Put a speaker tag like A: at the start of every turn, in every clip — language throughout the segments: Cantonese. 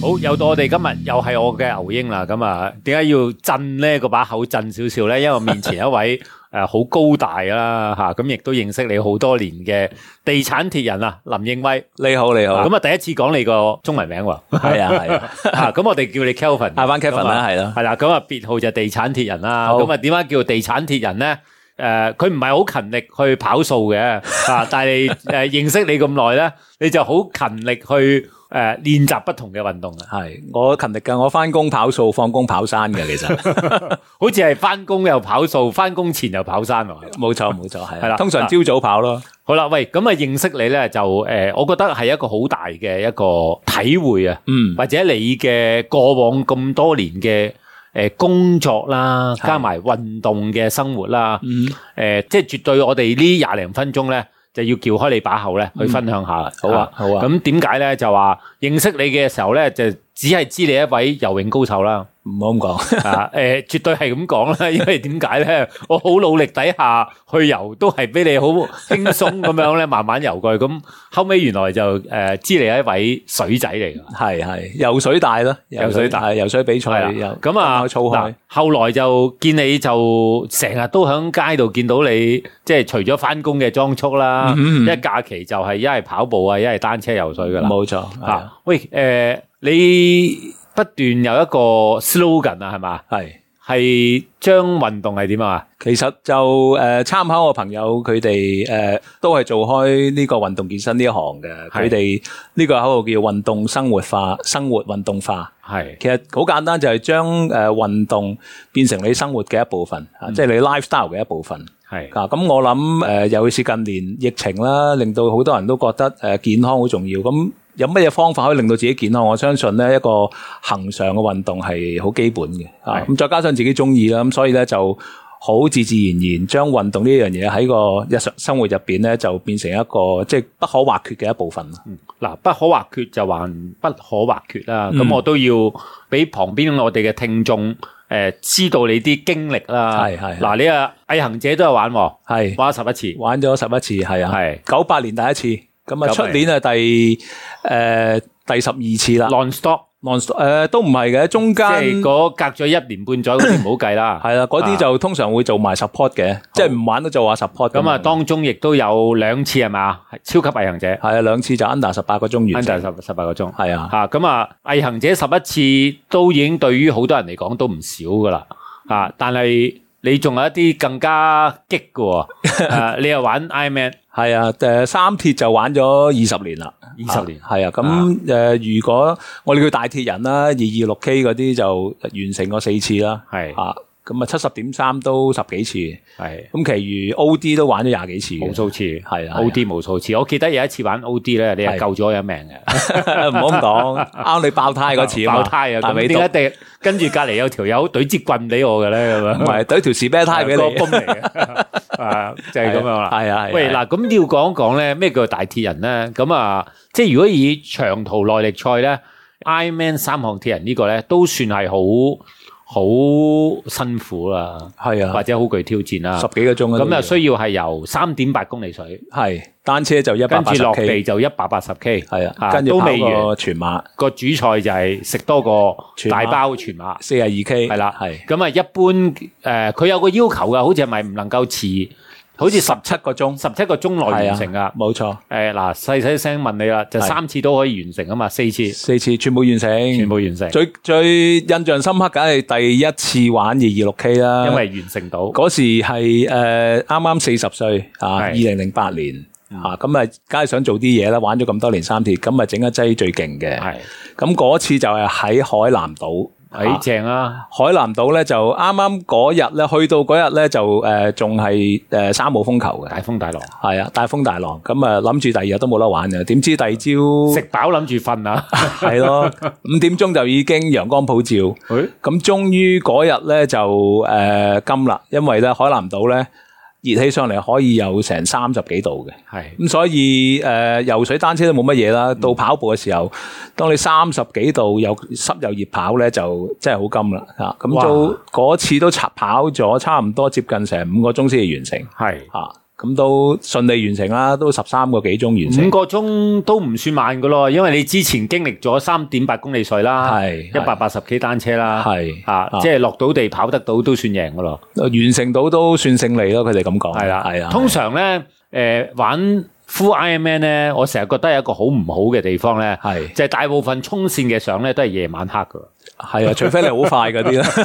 A: 好，又到我哋今日又係我嘅牛英啦。咁啊，點解要震呢？個把口震少少咧，因為我面前一位 诶好、高大啦吓，咁、亦都認識你好多年嘅地產鐵人啊，林應威。
B: 你好，你好，
A: 咁啊，第一次講你個中文名喎。
B: 系啊，系啊，
A: 啊，咁我哋叫你 Kelvin，
B: 嗌翻 Kevin 啦，系啦，
A: 系啦，咁啊別號就地產鐵人啦。
B: 好
A: 咁啊點解叫地產鐵人咧？诶、佢唔係好勤力去跑數嘅， 啊，但係诶、呃、认识你咁耐咧，你就好勤力去诶练习不同嘅運動啊，
B: 系我勤力噶，我翻工跑數，放工跑山嘅，其實
A: 好似係翻工又跑數，翻工前又跑山喎。
B: 冇錯冇錯，係
A: 係啦
B: 啦，通常朝早跑咯，
A: 好啦，喂，咁啊認識你咧就诶、呃我覺得係一個好大嘅一個體會啊。
B: 嗯，
A: 或者你嘅過往咁多年嘅诶、呃工作啦，
B: 係
A: 加埋運動嘅生活啦，
B: 嗯
A: 诶、即係絕對我哋呢廿零分鐘咧，就要撬開你把口咧去分享下啦、
B: 嗯好啊好啊
A: 咁點解咧？就話認識你嘅時候咧，就只係知你一位游泳高手啦。
B: 唔好咁講，
A: 啊，诶、绝对系咁講啦，因為點解咧？ 我好努力底下去游，都係俾你好輕鬆咁樣咧， 慢慢游過去。咁後尾原來就诶、呃知你係一位水仔嚟㗎。
B: 係係游水大啦，
A: 游水大
B: 係游水比賽
A: 系啦
B: 游，
A: 咁啊，
B: 有操
A: 嗱
B: 開，，
A: 後來就見你就成日都喺街度見到你，即係除咗翻工嘅裝束啦，
B: 嗯嗯嗯
A: 一假期就係一係跑步啊，一係單車游水噶啦。
B: 冇錯，係啊
A: 啊，喂，诶、你不斷有一個 slogan 啊，係嘛？
B: 係。
A: 係將運動係點啊？
B: 其實就诶、呃、参考我朋友佢哋诶都係做開呢個運動健身呢一行嘅，
A: 係
B: 佢哋呢個口號叫運動生活化，生活運動化。
A: 係
B: 其實好簡單，就呃係將诶運動變成你生活嘅一部分，啊即係你 lifestyle 嘅一部分。
A: 係
B: 啊，咁我諗誒、呃尤其是近年疫情啦，令到好多人都覺得誒、呃健康好重要。咁有乜嘢方法可以令到自己健康？我相信呢一個恒常嘅運動係好基本嘅。啊
A: 係，
B: 咁再加上自己中意啦，咁所以咧就好自自然然將運動呢樣嘢喺個日常生活入邊咧，就變成一個即係不可或缺嘅一部分。
A: 嗱，不可或缺就還不可或缺啦。咁、
B: 嗯
A: 我都要俾旁邊我哋嘅聽眾诶、呃知道你啲經歷啦。
B: 係係係
A: 嗱，你啊毅行者都有玩喎。
B: 係
A: 玩十一次，
B: 玩咗十一次，係啊，
A: 係
B: 九八年第一次，咁啊
A: 98
B: 出年啊第誒、呃第十二次啦
A: non stop，
B: ，non 誒、呃都唔係嘅，中
A: 即
B: 間。
A: 係嗰隔咗一年半載嗰啲唔好計啦。
B: 系啦，嗰
A: 啊
B: 啲就通常會做埋 support 嘅，即係唔玩都做下 support 樣。
A: 咁啊，當中亦都有兩次係嘛，係超級毅行者
B: 係啊，兩次就 under 十八個鐘完
A: under
B: 成。
A: 十十八個鐘。
B: 係啊，
A: 吓咁啊，毅行者十一次都已經對於好多人嚟講都唔少噶啦。啊，但係你仲有一啲更加激嘅 喎，啊你又玩 Ironman
B: 係啊，诶，三鐵就玩咗二十年啦，
A: 二十年，
B: 係啊，咁诶，如果我哋叫大鐵人啦，二二六 K 嗰啲就完成過四次啦，
A: 係
B: 啊，咁啊七十點三都十幾次，
A: 係
B: 咁其餘 OD 都玩咗廿幾次嘅
A: 無數次，係
B: 係啊
A: O D 無數次。我記得有一次玩 O D 咧，你係
B: 係
A: 救咗我一命嘅。
B: 唔好咁講，啱你爆胎嗰次啊嘛
A: 爆胎啊！
B: 大
A: 咁
B: 尾
A: 點
B: 刀
A: 解定跟住隔離有條友懟支棍俾我嘅咧？咁
B: 唔
A: 樣
B: 係怼條士啤 胎俾你
A: 個，泵嚟嘅， 啊就係咁樣啦。
B: 係啊，係啊
A: 喂，，嗱，咁要講一講咧，咩叫大鐵人咧？咁啊，即係如果以長途耐力賽咧，Ironman 三項鐵人呢個咧，都算係好好辛苦啦，
B: 係啊
A: 或。者好具挑戰啦
B: 十。幾個鐘啊
A: 咁啊，
B: 需
A: 需要係由三點八公里水，
B: 係單車就一百
A: 跟
B: 八
A: 住
B: 十
A: 落
B: K，
A: 地就一百八十 K，
B: 係啊，跟住
A: 都
B: 跑
A: 未完。
B: 個全馬
A: 個主菜就係食多個
B: 全馬
A: 大包全馬。
B: 四廿二 K，
A: 係啦
B: 係
A: 咁啊，一般誒，呃佢、有個要求噶，好似係咪唔能夠遲，好似十
B: 七個鐘
A: 十七個鐘內
B: 係
A: 完
B: 啊
A: 成噶。
B: 冇錯，
A: 誒嗱、細細聲問你啦，就
B: 係
A: 三次都可以完成啊嘛，四次
B: 四次全部完成，
A: 全部完成，
B: 最最印象深刻梗係第一次玩二二六 K 啦，
A: 因為完成到。
B: 嗰時係誒啱啱四十歲啊，
A: 係
B: 二零零八年。啊，咁啊，梗係想做啲嘢啦，玩咗咁多年三鐵，咁啊整一劑最勁嘅，
A: 係
B: 咁嗰次就係喺海南島，
A: 誒正啊，
B: 海南島咧就啱啱嗰日咧，去到嗰日咧就誒仲係誒三號風球嘅，
A: 大風大浪，
B: 係啊大風大浪，咁啊諗住第二日都冇得玩嘅，點知第二
A: 食
B: 朝
A: 飽諗住瞓 啊。
B: 係 咯五點鐘就已經陽光普照，
A: 誒
B: 咁終於嗰日咧就誒、呃、金啦，因為咧海南島咧熱起上嚟可以有成三十幾度嘅。
A: 係
B: 咁所以誒、呃游水、單車都冇乜嘢啦。
A: 嗯
B: 到跑步嘅時候，當你三十幾度又濕又熱跑咧，就真係好金啦嚇。咁、
A: 哇
B: 到嗰次都跑跑咗差唔多接近成五個鐘先至完成
A: 係
B: 嚇。咁都順利完成啦，都十三個幾鐘完
A: 五
B: 成。
A: 個鐘都唔算慢噶咯，因為你之前經歷咗三點八公里賽啦，
B: 係
A: 啊一百八十 K 單車啦，
B: 係
A: 啊，即係落到地跑得到都算贏噶咯，
B: 完成到都算勝利咯，佢哋咁講。
A: 係啦，
B: 係啊，
A: 通常咧，诶玩 full Ironman 咧，我成日覺得有一個好唔好嘅地方咧，
B: 係
A: 就係大部分衝線嘅相咧都係夜晚黑噶。
B: 係啊，除非你好快嗰啲啦。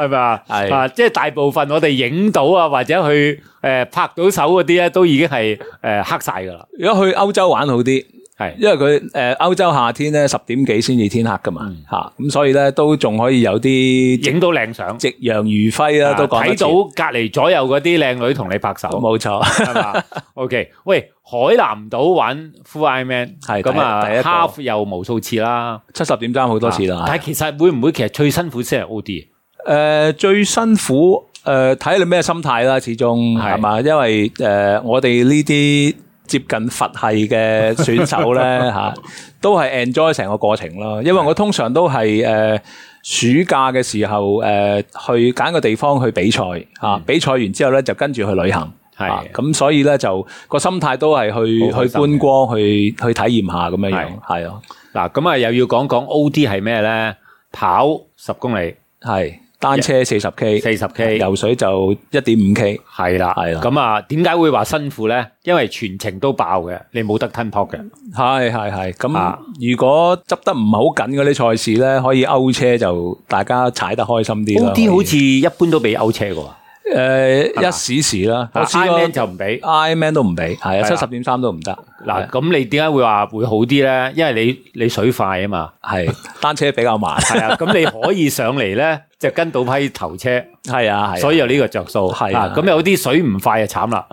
A: 系咪啊？
B: 係
A: 啊，即系大部分我哋影到啊，或者去诶、呃拍到手嗰啲咧，都已經係诶黑晒噶啦。
B: 如果去歐洲玩好啲，
A: 係
B: 因為佢誒歐洲夏天咧十點幾先至天黑噶
A: 嗯
B: 嘛嚇，咁、所以咧都仲可以有啲
A: 影到靚相，
B: 夕陽如輝啦，都講得
A: 啊睇
B: 切
A: 到隔離左右嗰啲靚女同你拍手，
B: 冇錯，
A: 係嘛？OK，喂，海南島玩 full Ironman
B: 係
A: 咁啊
B: 第一第一個
A: ，half 又無數次啦，
B: 七十點三好多次啦。
A: 啊但係其實會唔會其實最辛苦先係 OD？
B: 誒、呃最辛苦誒睇、你咩心態啦，始終
A: 係
B: 係嘛？因為誒、我哋呢啲接近佛系嘅選手咧 嚇、都係 enjoy 成個過程咯。因為我通常都係誒、呃暑假嘅時候誒、呃去揀個地方去比賽嚇、比賽完之後咧就跟住去旅行。
A: 嗯係
B: 啊咁、所以咧就個心態都係去
A: 好開
B: 去
A: 心嘅
B: 觀光，去去體驗下咁樣樣，係啊，
A: 嗱，咁啊又要講講 OD 係咩咧？跑十公里，
B: 係單車四十 K，
A: 四十 K，
B: 游水就一點五 K。
A: 係啦，
B: 係啦
A: 咁啊，點解會話辛苦咧？因為全程都爆嘅，你冇得吞泡嘅。
B: 係係係，咁、
A: 啊
B: 如果執得唔係好緊嗰啲賽事咧，可以勾車就大家踩得開心啲啦。
A: O D 好
B: 可以
A: 似一般都俾歐車嘅喎
B: 誒、
A: 嘛
B: 一時時啦，我
A: 但
B: 試
A: ，I
B: 過
A: man 就唔俾。
B: I man 都唔俾，係
A: 係
B: 啊，
A: 啦
B: 七十點三都唔得。
A: 嗱，咁你點解會話會好啲咧？因為你你水快啊嘛，
B: 係單車比較慢，
A: 係啊， 咁你可以上嚟咧就跟到批頭車，
B: 係啊係啊，
A: 所以有呢個着數。
B: 係啊
A: 啊咁有啲水唔快就 慘啦，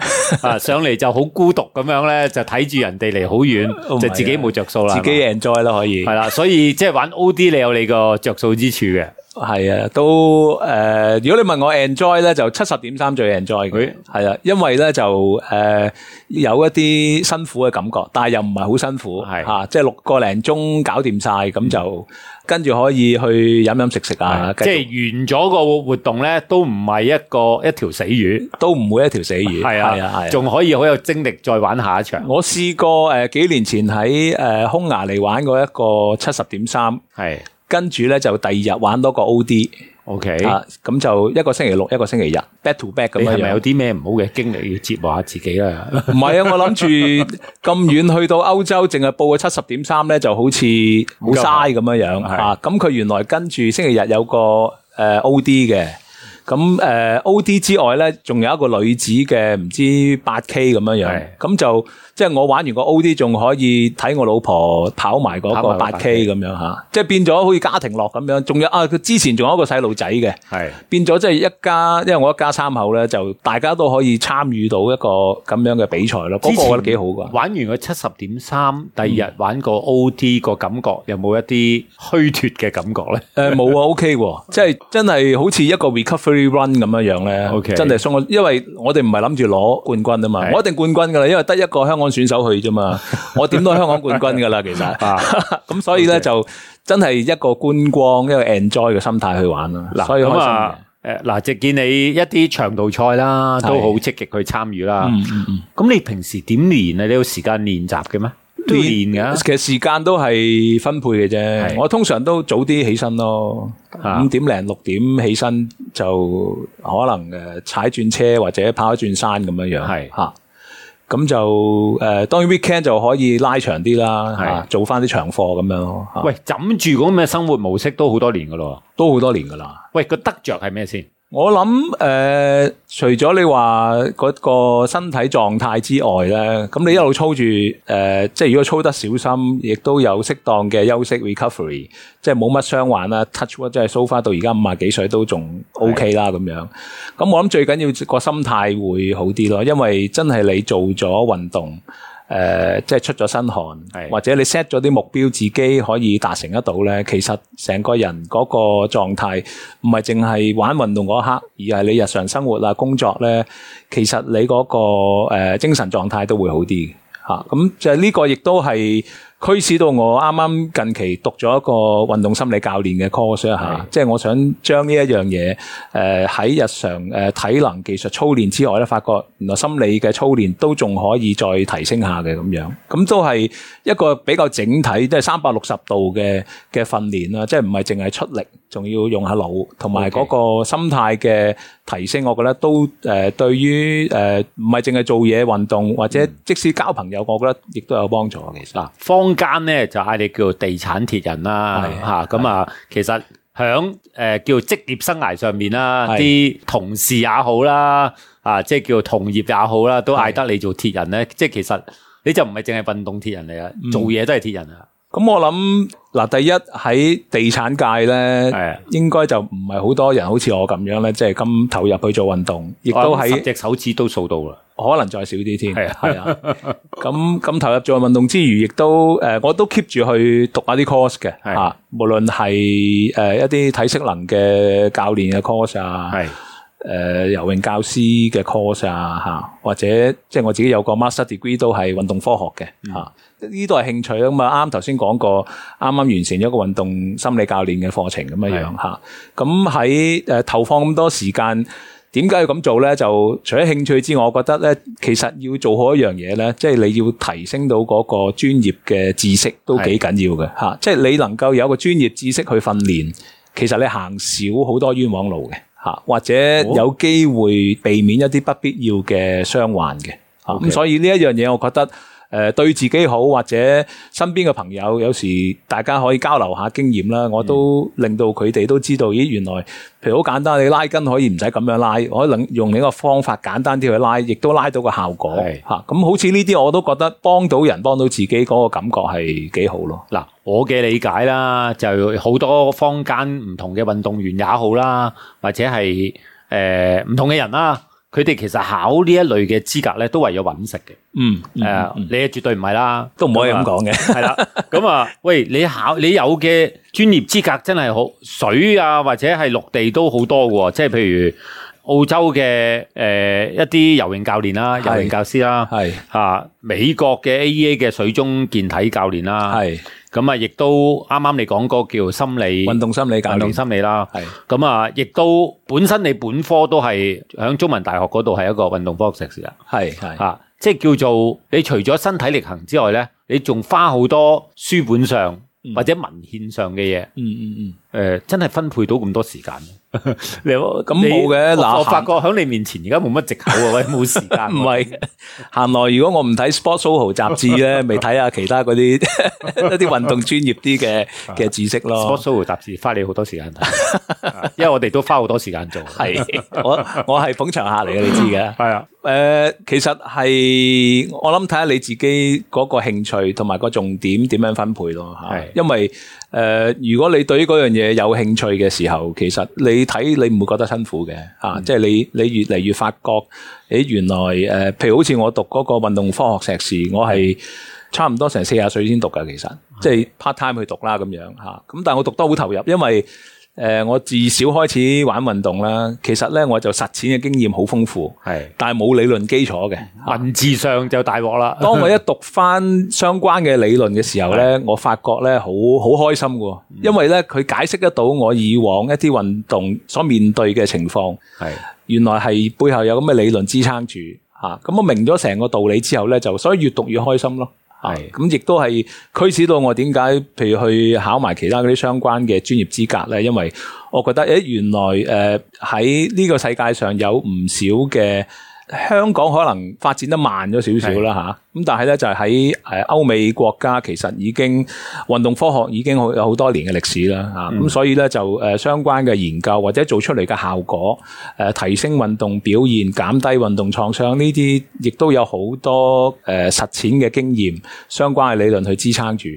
A: 啊上嚟就好孤獨咁樣咧，就睇住人哋離好
B: 唔
A: 遠，
B: 係
A: 就
B: 啊
A: Oh 自己冇着數啦。啊
B: 自己 enjoy 啦可以
A: 係。啦，所以即係玩 O D 你有你個着數之處嘅。
B: 係啊，都诶、呃如果你問我 enjoy 咧，就七十點三最 enjoy 嘅
A: 咦，
B: 係啊，因為咧就诶、呃有一啲辛苦嘅感覺，但係又唔係好辛苦，
A: 係
B: 啊即係六個零鐘搞掂晒，咁就跟住可以去飲飲食食啊，
A: 即
B: 繼續
A: 係完咗個活動咧，都唔係一個一條死魚，
B: 都唔會一條死魚，
A: 係
B: 係啊，
A: 啊，
B: 係啊。
A: 仲可以好有精力再玩下一場。
B: 我試過诶、呃、几年前喺诶、呃匈牙利玩過一個七十點三，
A: 係
B: 跟住咧就第二日玩多個 OD，
A: ，OK。
B: 啊咁就一個星期六一個星期日 back to back 咁
A: 你
B: 樣
A: 係咪
B: 樣
A: 有。啲咩唔好嘅經歷要折磨下自己啊？
B: 唔係啊，我諗住咁遠去到歐洲，淨係報個七十點三咧，就好似好嘥咁樣樣
A: 係
B: 啊！咁佢原來跟住星期日有個誒、呃 O.D. 嘅，咁誒、呃 O.D. 之外咧，仲有一個女子嘅唔知八 K 咁樣樣
A: 係，
B: 咁就即係我玩完個 O.D. 仲可以睇我老婆跑埋嗰
A: 跑
B: 個
A: 埋個
B: 八
A: 8K
B: K 咁樣嚇，即係變咗好似家庭樂咁樣。仲有啊，佢之前仲有一個細路仔嘅。
A: 係
B: 變咗即係一家，因為我一家三口咧，就大家都可以參與到一個咁樣嘅比賽咯。嗰、個我覺得幾好嗯噶。
A: 玩完個七十點三，第二日玩個 OT 個感覺，有冇一啲虛脱嘅感覺咧？
B: 誒冇啊，OK 喎，即係真係好似一個 recovery run 咁樣樣咧
A: OK
B: 真係鬆咗。因為我哋唔係諗住攞冠軍啊嘛，
A: 係
B: 我一定冠軍噶啦，因為得一個香港選手去 啫嘛，我點都係香港冠軍噶啦，其
A: 啊
B: 實。 咁所以咧
A: OK
B: 就真係一個觀光一個 enjoy 嘅心態去玩啦。
A: 嗱，
B: 所以開
A: 咁
B: 心嘅
A: 啊，誒嗱，就見你一啲長途賽啦，都好積極去參與啦。
B: 嗯
A: 咁你平時點練啊？你有時間練習嘅咩？都要練㗎。
B: 其實時間都係分配嘅啫。
A: 係
B: 我通常都早啲起身咯，
A: 啊
B: 五點零六點起身就可能誒踩轉車或者跑一轉山咁樣樣。
A: 係
B: 嚇，咁就誒、呃、當然 weekend 就可以拉長啲啦，
A: 係
B: 嚇做翻啲長課咁樣咯。嚇
A: 喂，枕住嗰咁嘅生活模式都好多年噶咯。
B: 都好多年㗎啦。
A: 喂，個得着係咩先？
B: 我諗誒、呃除咗你話嗰個身體狀態之外咧，咁你一路操住誒、呃即係如果操得小心，亦都有適當嘅休息 recovery，即係冇乜傷患啦。touch wood 即係 so far 到而家五啊幾歲都仲 OK 啦咁樣。咁我諗最緊要個心態會好啲咯，因為真係你做咗運動。誒、即係出咗身汗
A: 係，
B: 或者你 set 咗啲目標，自己可以達成得到咧，其實成個人嗰個狀態唔係淨係玩運動嗰一刻，而係你日常生活啊、工作咧，其實你嗰、個、呃、精神狀態都會好啲嘅嚇。咁、就係呢個亦都係驅使到我啱啱近期讀咗一個運動心理教練嘅 course 啊嚇，即係我想將呢一樣嘢誒喺日常誒、呃體能技術操練之外咧，發覺原來心理嘅操練都仲可以再提升下嘅咁樣，咁都係一個比較整體，即係三百六十度嘅嘅訓練啦，即係唔係淨係出力，仲要用下腦，同埋
A: OK
B: 嗰個心態嘅提升，我覺得都誒、呃、對於誒唔係淨係做嘢運動，或者即使交朋友，我覺得亦都有幫助嘅。其實。
A: 嗱，坊間咧就嗌你叫做地產鐵人啦，
B: 係
A: 吓咁啊，其實響诶叫職業生涯上面啦，
B: 係
A: 啲同事也好啦，啊即係叫同業也好啦，都嗌得你做鐵人咧，即係其實你就唔係淨係運動鐵人嚟啊，
B: 嗯
A: 做嘢都係鐵人啊，
B: 咁我諗嗱，第一喺地產界
A: 係
B: 咧，應該就唔係好多人好似我咁樣咧，即係咁投入去做運動，亦
A: 亦
B: 都
A: 十
B: 喺
A: 隻手指都數到啦，
B: 可能再少啲添。
A: 係啊
B: 係啊，咁咁投入做運動之餘，亦都诶、呃我都 keep 住去讀下啲 course 嘅
A: 係
B: 吓，啊無論係呃诶一啲體適能嘅教練嘅 course 啊，
A: 係
B: 誒、呃游泳教師嘅 course 啊嚇，或者即係我自己有個 master degree 都係運動科學嘅嚇，呢、都係興趣啊咁啊！啱頭先講過，啱啱完成咗個運動心理教練嘅課程咁樣樣嚇，咁喺誒投放咁多時間。點解要咁做咧？就除咗興趣之外，我覺得咧，其實要做好一樣嘢咧，即係你要提升到嗰個專業嘅知識都幾緊要嘅嚇。即係你能夠有一個專業知識去訓練，其實你行少好多冤枉路嘅嚇，或者
A: 好
B: 有機會避免一啲不必要嘅傷患嘅嚇。咁
A: OK
B: 所以呢一樣嘢，我覺得。誒、對自己好，或者身邊嘅朋友，有時大家可以交流下經驗啦。我都令到佢哋都知道，咦，原來譬如好簡單，你拉筋可以唔使咁樣拉，可能用另一個方法簡單啲去拉，亦都拉到個效果
A: 係
B: 嚇。咁、好似呢啲我都覺得幫到人、幫到自己嗰個感覺係幾好咯。
A: 嗱，我嘅理解啦，就好多坊間唔同嘅運動員也好啦，或者係誒唔同嘅人啦，佢哋其實考呢一類嘅資格咧，都為咗揾食嘅。
B: 嗯，誒、
A: 誒、你絕對唔係啦，
B: 都唔可以咁
A: 啊。
B: 講嘅。
A: 係啦，咁 啊，喂，你考你有嘅專業資格真係好水啊，或者係陸地都好多嘅喎，即係譬如澳洲嘅誒、一啲游泳教練啦、
B: 係
A: 游泳教師啦，
B: 係
A: 嚇、美國嘅 AEA 嘅水中健體教練啦，
B: 係
A: 咁啊，亦都啱啱你講嗰叫心理
B: 運動心理教
A: 運動
B: 練
A: 心理啦。
B: 係
A: 咁啊，亦都本身你本科都係喺中文大學嗰度係一個運動科學碩士啊，
B: 係係
A: 嚇，即係叫做你除咗身體力行之外咧，你仲花好多書本上或者文獻上嘅嘢，誒、
B: 嗯嗯嗯。
A: 真係分配到咁多時間。你咁
B: 冇嘅嗱
A: 我發覺喺你面前而家冇乜藉口 啊，喂，冇時間。
B: 唔係行來，如果我唔睇 Sport Soho 雜誌咧，未睇下其他嗰啲 一啲運動專業啲嘅嘅知識
A: Sport
B: 咯。
A: Show 答字花你好多時間睇， 啊因為我哋都花好多時間做。係
B: 係我我係捧場客嚟嘅，你知嘅。
A: 係啊。
B: 誒、呃其實係我諗睇下你自己嗰個興趣同埋個重點點樣分配咯嚇
A: 係。
B: 因為誒、如果你對於嗰樣嘢有興趣嘅時候，其實你睇你唔會覺得辛苦嘅嚇、即係你你越嚟越發覺，誒原來誒、譬如好似我讀嗰個運動科學碩士，我係差唔多成四十歲先讀㗎，其實即係 part time 去讀啦咁樣嚇。咁但係我讀得好投入，因為誒、我自小開始玩運動啦，其實咧我就實踐嘅經驗好豐富。
A: 係
B: 但係冇理論基礎嘅。
A: 文字上就大鑊啦。
B: 當我一讀翻相關嘅理論嘅時候咧，我發覺咧好好開心嘅喎，因為咧佢解釋得到我以往一啲運動所面對嘅情況，
A: 係
B: 原來係背後有咁嘅理論支撐住嚇。咁、我明咗成個道理之後咧，就所以越讀越開心咯。嚇
A: 係
B: 咁亦都係驅使到我點解，譬如去考埋其他嗰啲相關嘅專業資格咧，因為我覺得誒原來誒喺呢個世界上有唔少嘅香港可能發展得慢咗少少啦吓，咁但係咧就係喺誒歐美國家其實已經運動科學已經好有好多年嘅歷史啦吓，啊咁、所以咧就誒、呃相關嘅研究或者做出嚟嘅效果誒、呃提升運動表現、減低運動創傷呢啲，亦都有好多誒、呃、實踐嘅經驗相關嘅理論去支撐住。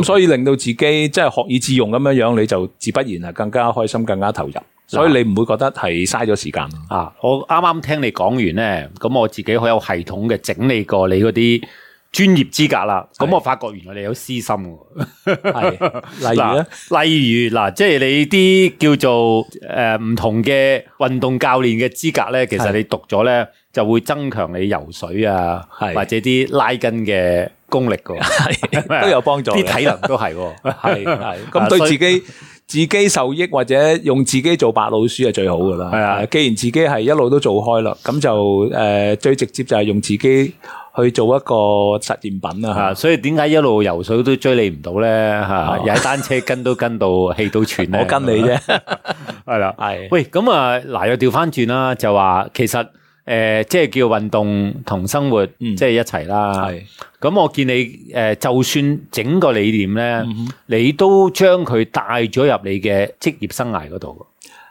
B: 咁所以令到自己即係學以致用咁樣樣，你就自不然係更加開心、更加投入，所以你唔會覺得係嘥咗時間。
A: 啊！我啱啱聽你講完咧，咁我自己好有系統嘅整理過你嗰啲專業資格啦。咁
B: 係
A: 我發覺原來你有私心喎。
B: 係，例如咧，
A: 嗱，例如嗱，即係你啲叫做誒唔同嘅運動教練嘅資格咧，其實
B: 係
A: 你讀咗咧就會增強你游水啊，
B: 係
A: 或者啲拉筋嘅功力噶，啊
B: 都有幫助嘅
A: 啲體能都係 喎。啊
B: 系系，咁對
A: 所
B: 自
A: 以
B: 己自己受益或者用自己做白老鼠係最好噶啦。
A: 係啊
B: 誒既然自己係一路都做開啦，咁就诶、誒最直接就係用自己去做一個實驗品啦。
A: 啊，
B: 吓，
A: 所以點解一路游水都追你唔到咧？吓，踩單車跟都跟到氣都喘咧。
B: 哦我跟你 啫，
A: 系啦，
B: 係
A: 喂，咁啊，嗱，又調翻轉啦，就話其實诶、呃即係叫運動同生活，
B: 嗯
A: 即係一齊啦。
B: 係
A: 咁我見你诶、呃就算整個理念咧，
B: 嗯
A: 你都將佢帶咗入你嘅職業生涯嗰度。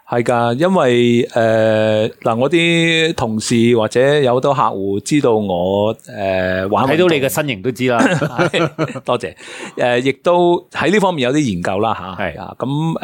B: 係㗎，因為诶嗱、我啲同事或者有好多客戶知道我诶、誒玩運
A: 睇到你
B: 啊
A: 嘅
B: 動
A: 身形都知啦，
B: 係 多謝。誒、亦都喺呢方面有啲研究啦吓，
A: 係
B: 啊，咁誒、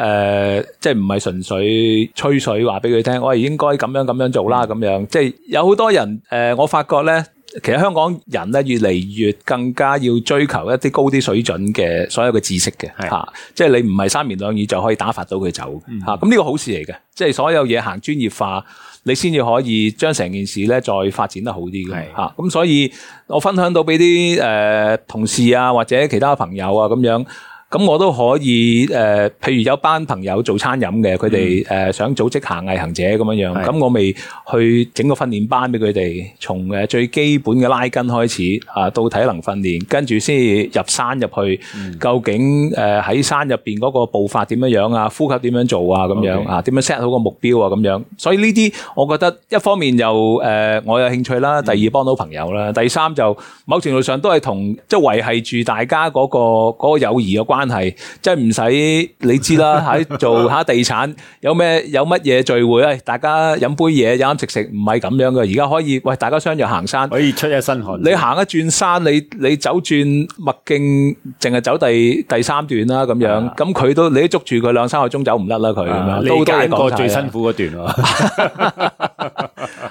B: 即係唔係純粹吹水話俾佢聽，我係應該咁樣咁樣做
A: 嗯
B: 啦，咁樣即係有好多人誒、我發覺咧。其實香港人咧越嚟越更加要追求一啲高啲水準嘅所有嘅知識嘅
A: 係嗯
B: 嚇、即係你唔係三言兩語就可以打發到佢走嚇，咁呢、個好事嚟嘅，即係所有嘢行專業化，你先至可以將成件事咧再發展得好啲嘅
A: 係
B: 嚇。啊咁、所以我分享到俾啲誒同事啊，或者其他朋友啊咁樣。咁我都可以誒、呃譬如有班朋友做餐飲嘅，佢哋誒想組織下毅行者咁樣樣，
A: 嗯係
B: 咁我咪去整個訓練班俾佢哋，從誒最基本嘅拉筋開始啊，到體能訓練，跟住先至入山入去，
A: 嗯
B: 究竟誒呃喺、山入邊嗰個步伐點樣樣啊，呼吸點樣做啊咁樣
A: OK
B: 啊，點樣 set 好個目標啊咁樣，所以呢啲我覺得一方面又誒、呃我有興趣啦，第二幫到朋友啦，第三就某程度上都係同即係維係住大家嗰、個嗰、個友誼嘅關係，即係唔使你知啦喺做下地產有咩有乜嘢聚會咧，大家飲杯嘢飲飲食食唔係咁樣嘅，而家可以喂大家相約行山。
A: 可以出一身汗。啊
B: 你行一轉山，你你走轉麥徑，淨係走第第三段啦咁樣，咁佢都你都捉住佢兩三個鐘走唔甩啦佢咁
A: 啊
B: 樣，
A: 你
B: 都好多嘢
A: 揀
B: 講
A: 過
B: 晒
A: 最
B: 啦
A: 辛苦嗰段喎，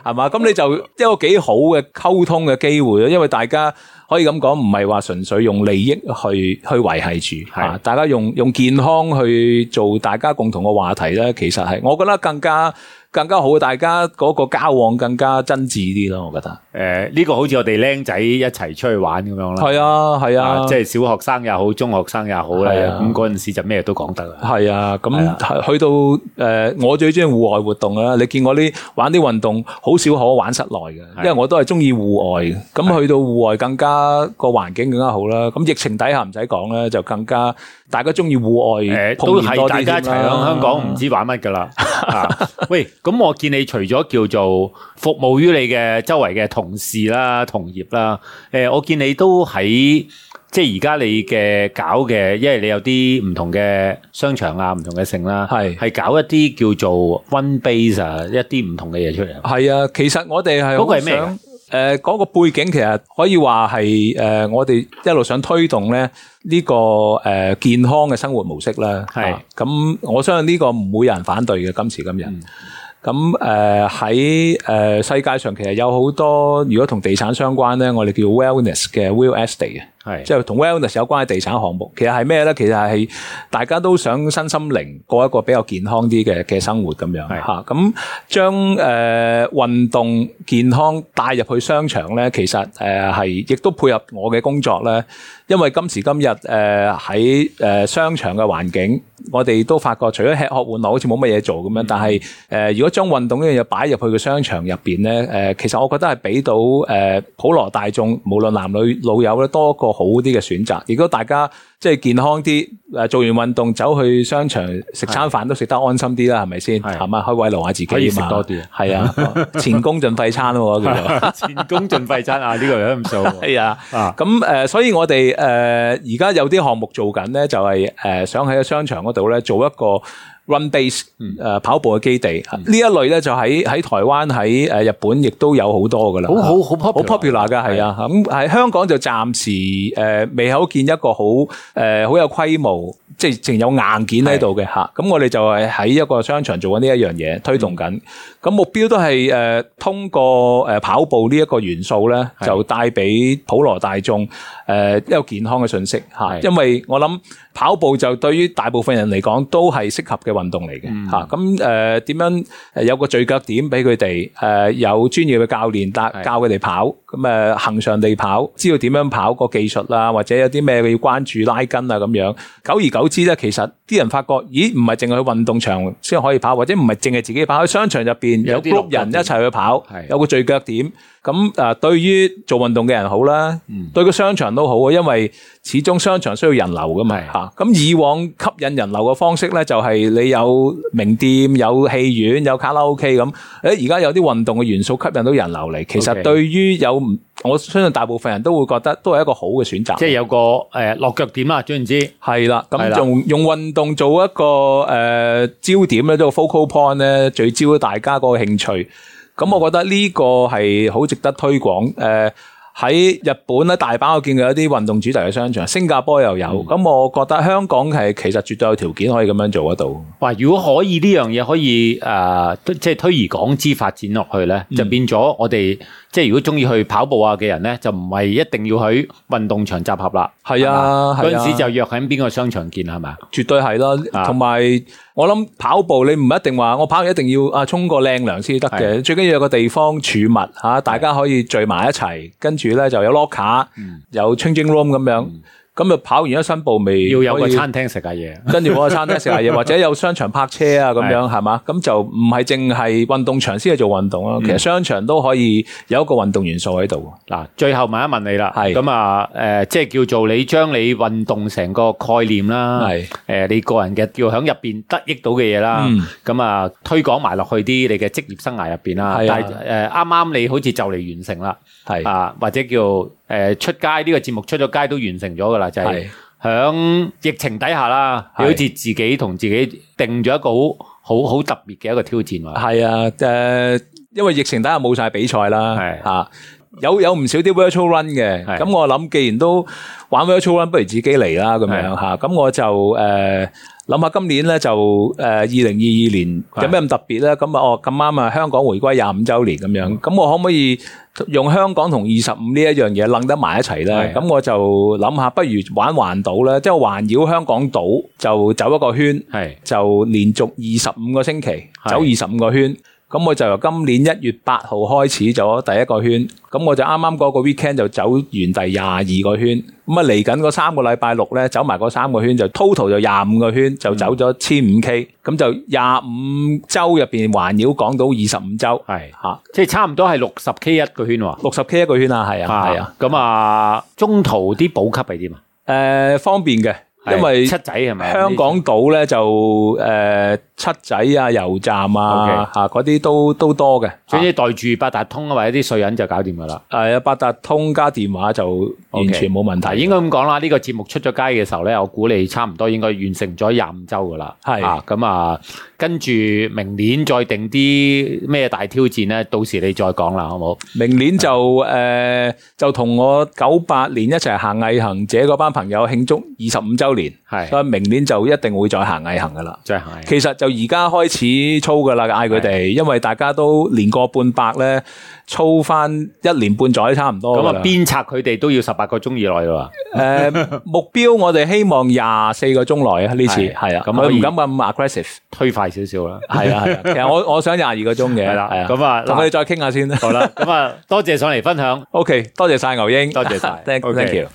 B: 係嘛？咁你就一個幾好嘅溝通嘅機會咯，因為大家可以咁講，唔係話純粹用利益去去維係住，
A: 係
B: 啊，大家用用健康去做大家共同嘅話題咧，其實係我覺得更加更加好，大家嗰個交往更加真摯啲咯，我覺得
A: 诶，呢個好似我哋僆仔一齊出去玩咁樣啦。
B: 係啊，係啊
A: 啊，，即係小學生又好，中學生又好
B: 係
A: 咧，
B: 啊
A: 咁嗰陣時就咩都講得啦。
B: 係啊，咁
A: 係啊
B: 去到诶、呃我最中意户外活動啦。你見我啲玩啲運動，好少可玩室內嘅，因為我都係中意户外嘅。咁去到户外更加個環境更加好啦。咁疫情底下唔使講啦，就更加大家中意户外
A: 诶，
B: 碰
A: 都
B: 面
A: 係
B: 多
A: 大
B: 啲
A: 家一齊
B: 添啦
A: 響香港，唔知玩乜噶 啦。啊喂，咁我見你除咗叫做服務於你嘅周圍嘅同事啦、同業啦，诶、我見你都喺即係而家你嘅搞嘅，因為你有啲唔同嘅商場啊、唔同嘅城啦，
B: 係
A: 係搞一啲叫做 one base 啊，一啲唔同嘅嘢出嚟。
B: 係啊，其實我哋係
A: 嗰個
B: 好
A: 係咩嚟㗎
B: 想誒嗰個背景其實可以話係誒我哋一路想推動咧呢、個誒、呃健康嘅生活模式啦。
A: 係
B: 啊咁、我相信呢個唔會有人反對嘅，今時今日。
A: 嗯
B: 咁誒喺誒世界上其實有好多，如果同地產相關咧，我哋叫 wellness 嘅 real estate 啊嘅，
A: 係
B: 即係同 wellness 有關嘅地產項目。其實係咩咧？其實係大家都想身心靈過一個比較健康啲嘅嘅生活咁樣
A: 係
B: 嚇。咁將誒運動健康帶入去商場咧，其實誒係亦都配合我嘅工作咧，因為今時今日誒喺誒商場嘅環境，我哋都發覺除咗吃喝玩樂好似冇乜嘢做
A: 嗯
B: 咁樣，但係誒、呃如果將運動呢樣嘢擺入去個商場入邊咧，誒、其實我覺得係俾到誒、呃普羅大眾，無論男女老友咧，多一個好啲嘅選擇，亦都大家即係健康啲，誒、做完運動走去商場食餐飯都食得安心啲啦，係咪先？
A: 係
B: 係咪可以慰勞下自己
A: 可以
B: 嘛
A: 食多啲啊
B: 係啊，前功盡廢餐喎叫 做。
A: 前功盡廢真啊！呢、個有咁數喎。
B: 係啊，
A: 啊
B: 咁誒、呃所以我哋誒呃而家有啲項目做緊咧，就係、呃想喺個商場嗰度咧做一個 run base 誒、
A: 嗯
B: 呃跑步嘅基地。呢、一類咧就喺喺台灣喺誒、呃日本亦都有好多噶啦，啊
A: 好好好 popular
B: 好 popular 噶係啊。咁喺香港就暫時誒、呃未好見一個好誒好有規模。即係淨有硬件喺度嘅嚇，咁我哋就係喺一個商場做緊呢一樣嘢，推動緊。咁目標都係誒、呃通過誒、呃跑步呢一個元素咧，
A: 係
B: 就帶俾普羅大眾誒、呃一個健康嘅信息嚇。
A: 係
B: 因為我諗跑步就對於大部分人嚟講都係適合嘅運動嚟嘅嚇。咁誒點樣誒有個聚腳點俾佢哋誒有專業嘅教練帶
A: 係
B: 教佢哋跑，咁誒恆常地跑，知道點樣跑個技術啦，或者有啲咩要關注拉筋啊咁樣。久而久之咧，其實啲人發覺，咦唔係淨係去運動場先可以跑，或者唔係淨係自己跑，喺商場入邊
A: 有
B: 有
A: 啲落
B: group 人一
A: 腳點
B: 齊去跑
A: 係，
B: 有個聚腳點。咁誒，對於做運動嘅人好啦，
A: 嗯
B: 對個商場都好啊，因為始終商場需要人流噶嘛
A: 係
B: 嚇。咁以往吸引人流嘅方式咧，就係你有名店、有戲院、有卡拉 OK 咁。誒，而家有啲運動嘅元素吸引到人流嚟，其
A: OK
B: 實對於有唔我相信大部分人都會覺得都係一個好嘅選擇。
A: 即係有個誒落腳點啦，總言之，
B: 係啦，
A: 係
B: 咁
A: 啦
B: 用用運動做一個诶、呃焦點咧，都個 focal point 咧，聚焦大家嗰個興趣。
A: 嗯
B: 咁我覺得呢個係好值得推廣。诶、喺日本咧，大阪我見過有啲運動主題嘅商場，新加坡又有。
A: 嗯
B: 咁、我覺得香港係其實絕對有條件可以咁樣做得到。
A: 哇！如果可以呢樣嘢可以誒、呃都即係推而廣之發展落去
B: 嗯
A: 咧，就變咗我哋即係如果中意去跑步啊嘅人咧，就唔係一定要喺運動場集合啦。
B: 係啊
A: 係嘛嗰
B: 係啊
A: 陣時就約喺邊個商場見係咪？
B: 絕對係
A: 啊
B: 啦，同埋我諗跑步你唔一定話我跑完一定要啊沖個靚涼先得嘅，最緊要有個地方儲物吓，大家可以聚埋一齊，跟住咧就有 locker，有
A: 嗯
B: changing room 咁樣，咁就跑完一身步未
A: 要有個
B: 可以
A: 餐廳食下嘢。
B: 跟住我去餐廳食下 嘢，或者有商場泊車啊咁樣係嘛，咁就唔係淨係運動場先去做運動咯，
A: 嗯
B: 其實商場都可以有一個運動元素喺度。
A: 嗱，最後問一問你啦，
B: 係
A: 咁啊，誒、即係叫做你將你運動成個概念啦，
B: 係嗯
A: 誒、你個人嘅叫喺入邊得益到嘅嘢啦，咁、啊啊推廣埋落去啲你嘅職業生涯入邊啦，
B: 係啊
A: 但係誒呃啱啱你好似就嚟完成啦，
B: 係
A: 啊或者叫誒、出街呢、個節目出咗街都完成咗噶啦，就係、
B: 係
A: 響疫情底下啦，你
B: 係
A: 好似自己同自己定咗一個好好好特別嘅一個挑戰喎，
B: 係啊，诶、因為疫情底下冇晒比賽啦，
A: 係
B: 吓、有有唔少啲 virtual run 嘅，
A: 係
B: 咁我諗既然都玩 virtual run，不如自己嚟啦咁
A: 係
B: 樣吓，咁、我就诶諗下今年咧就诶二零二二年
A: 係
B: 有咩咁特別咧？咁啊哦咁啱啊，香港回歸廿五週年咁樣，咁我可唔可以用香港同二十五呢一樣嘢楞得埋一齊
A: 係
B: 咧？咁我就諗下，不如玩環島啦，即係環繞香港島就走一個圈。
A: 係
B: 就連續二十五個星期
A: 係
B: 走二十五個圈。咁我就由今年一月八號開始走咗第一個圈，咁我就啱啱嗰個 weekend 就走完第廿二個圈，咁啊嚟緊嗰三個禮拜六咧，走埋嗰三個圈就 total 就廿五個圈，
A: 嗯
B: 就走咗千五 K，咁就廿五周入邊環繞港島二十五周，
A: 係，
B: 嚇
A: 即係差唔多係六十 K 一個圈喎。
B: 六十 K 一個圈啊，係啊，係啊，
A: 啊，咁啊，中途啲補給係點啊？
B: 誒、方便嘅，因為
A: 係七仔係咪？
B: 香港島咧就誒、七仔啊、油站啊
A: OK
B: 嚇嗰啲都都多嘅，
A: 總之袋住八達通啊，或者啲税銀就搞掂噶啦。
B: 係啊，八達通加電話就完
A: OK
B: 全冇問
A: 但
B: 題。
A: 應該咁講啦，呢個節目出咗街嘅時候咧，我估你差唔多應該完成咗廿五週噶啦。
B: 係
A: 啊，咁啊，跟住明年再定啲咩大挑戰咧，到時你再講啦，好冇？
B: 明年就誒、呃就同我九八年一齊行毅行者嗰班朋友慶祝二十五週年，
A: 係
B: 所以明年就一定會再行毅行噶啦。
A: 再行。
B: 其實就而家開始操噶啦，嗌佢哋，因為大家都年過半百咧，操翻一年半載差唔多
A: 咁
B: 㗎
A: 啊，
B: 啦。
A: 鞭策佢哋都要十八個鐘以內啦。
B: 诶、呃目標我哋希望廿四個鐘內啊，呢次
A: 係
B: 係啊，
A: 咁
B: 咁
A: 可
B: 佢
A: 以
B: 唔敢咁 aggressive，
A: 推快少少啦。
B: 係啊係 啊。其實我我想廿二個鐘嘅，
A: 係啦
B: 係
A: 咁啊嗱
B: 同佢哋再傾下先啦。
A: 好啦，咁啊，多謝上嚟分享。
B: OK，多謝晒牛英，
A: 多謝晒
B: Thank-
A: OK
B: thank you。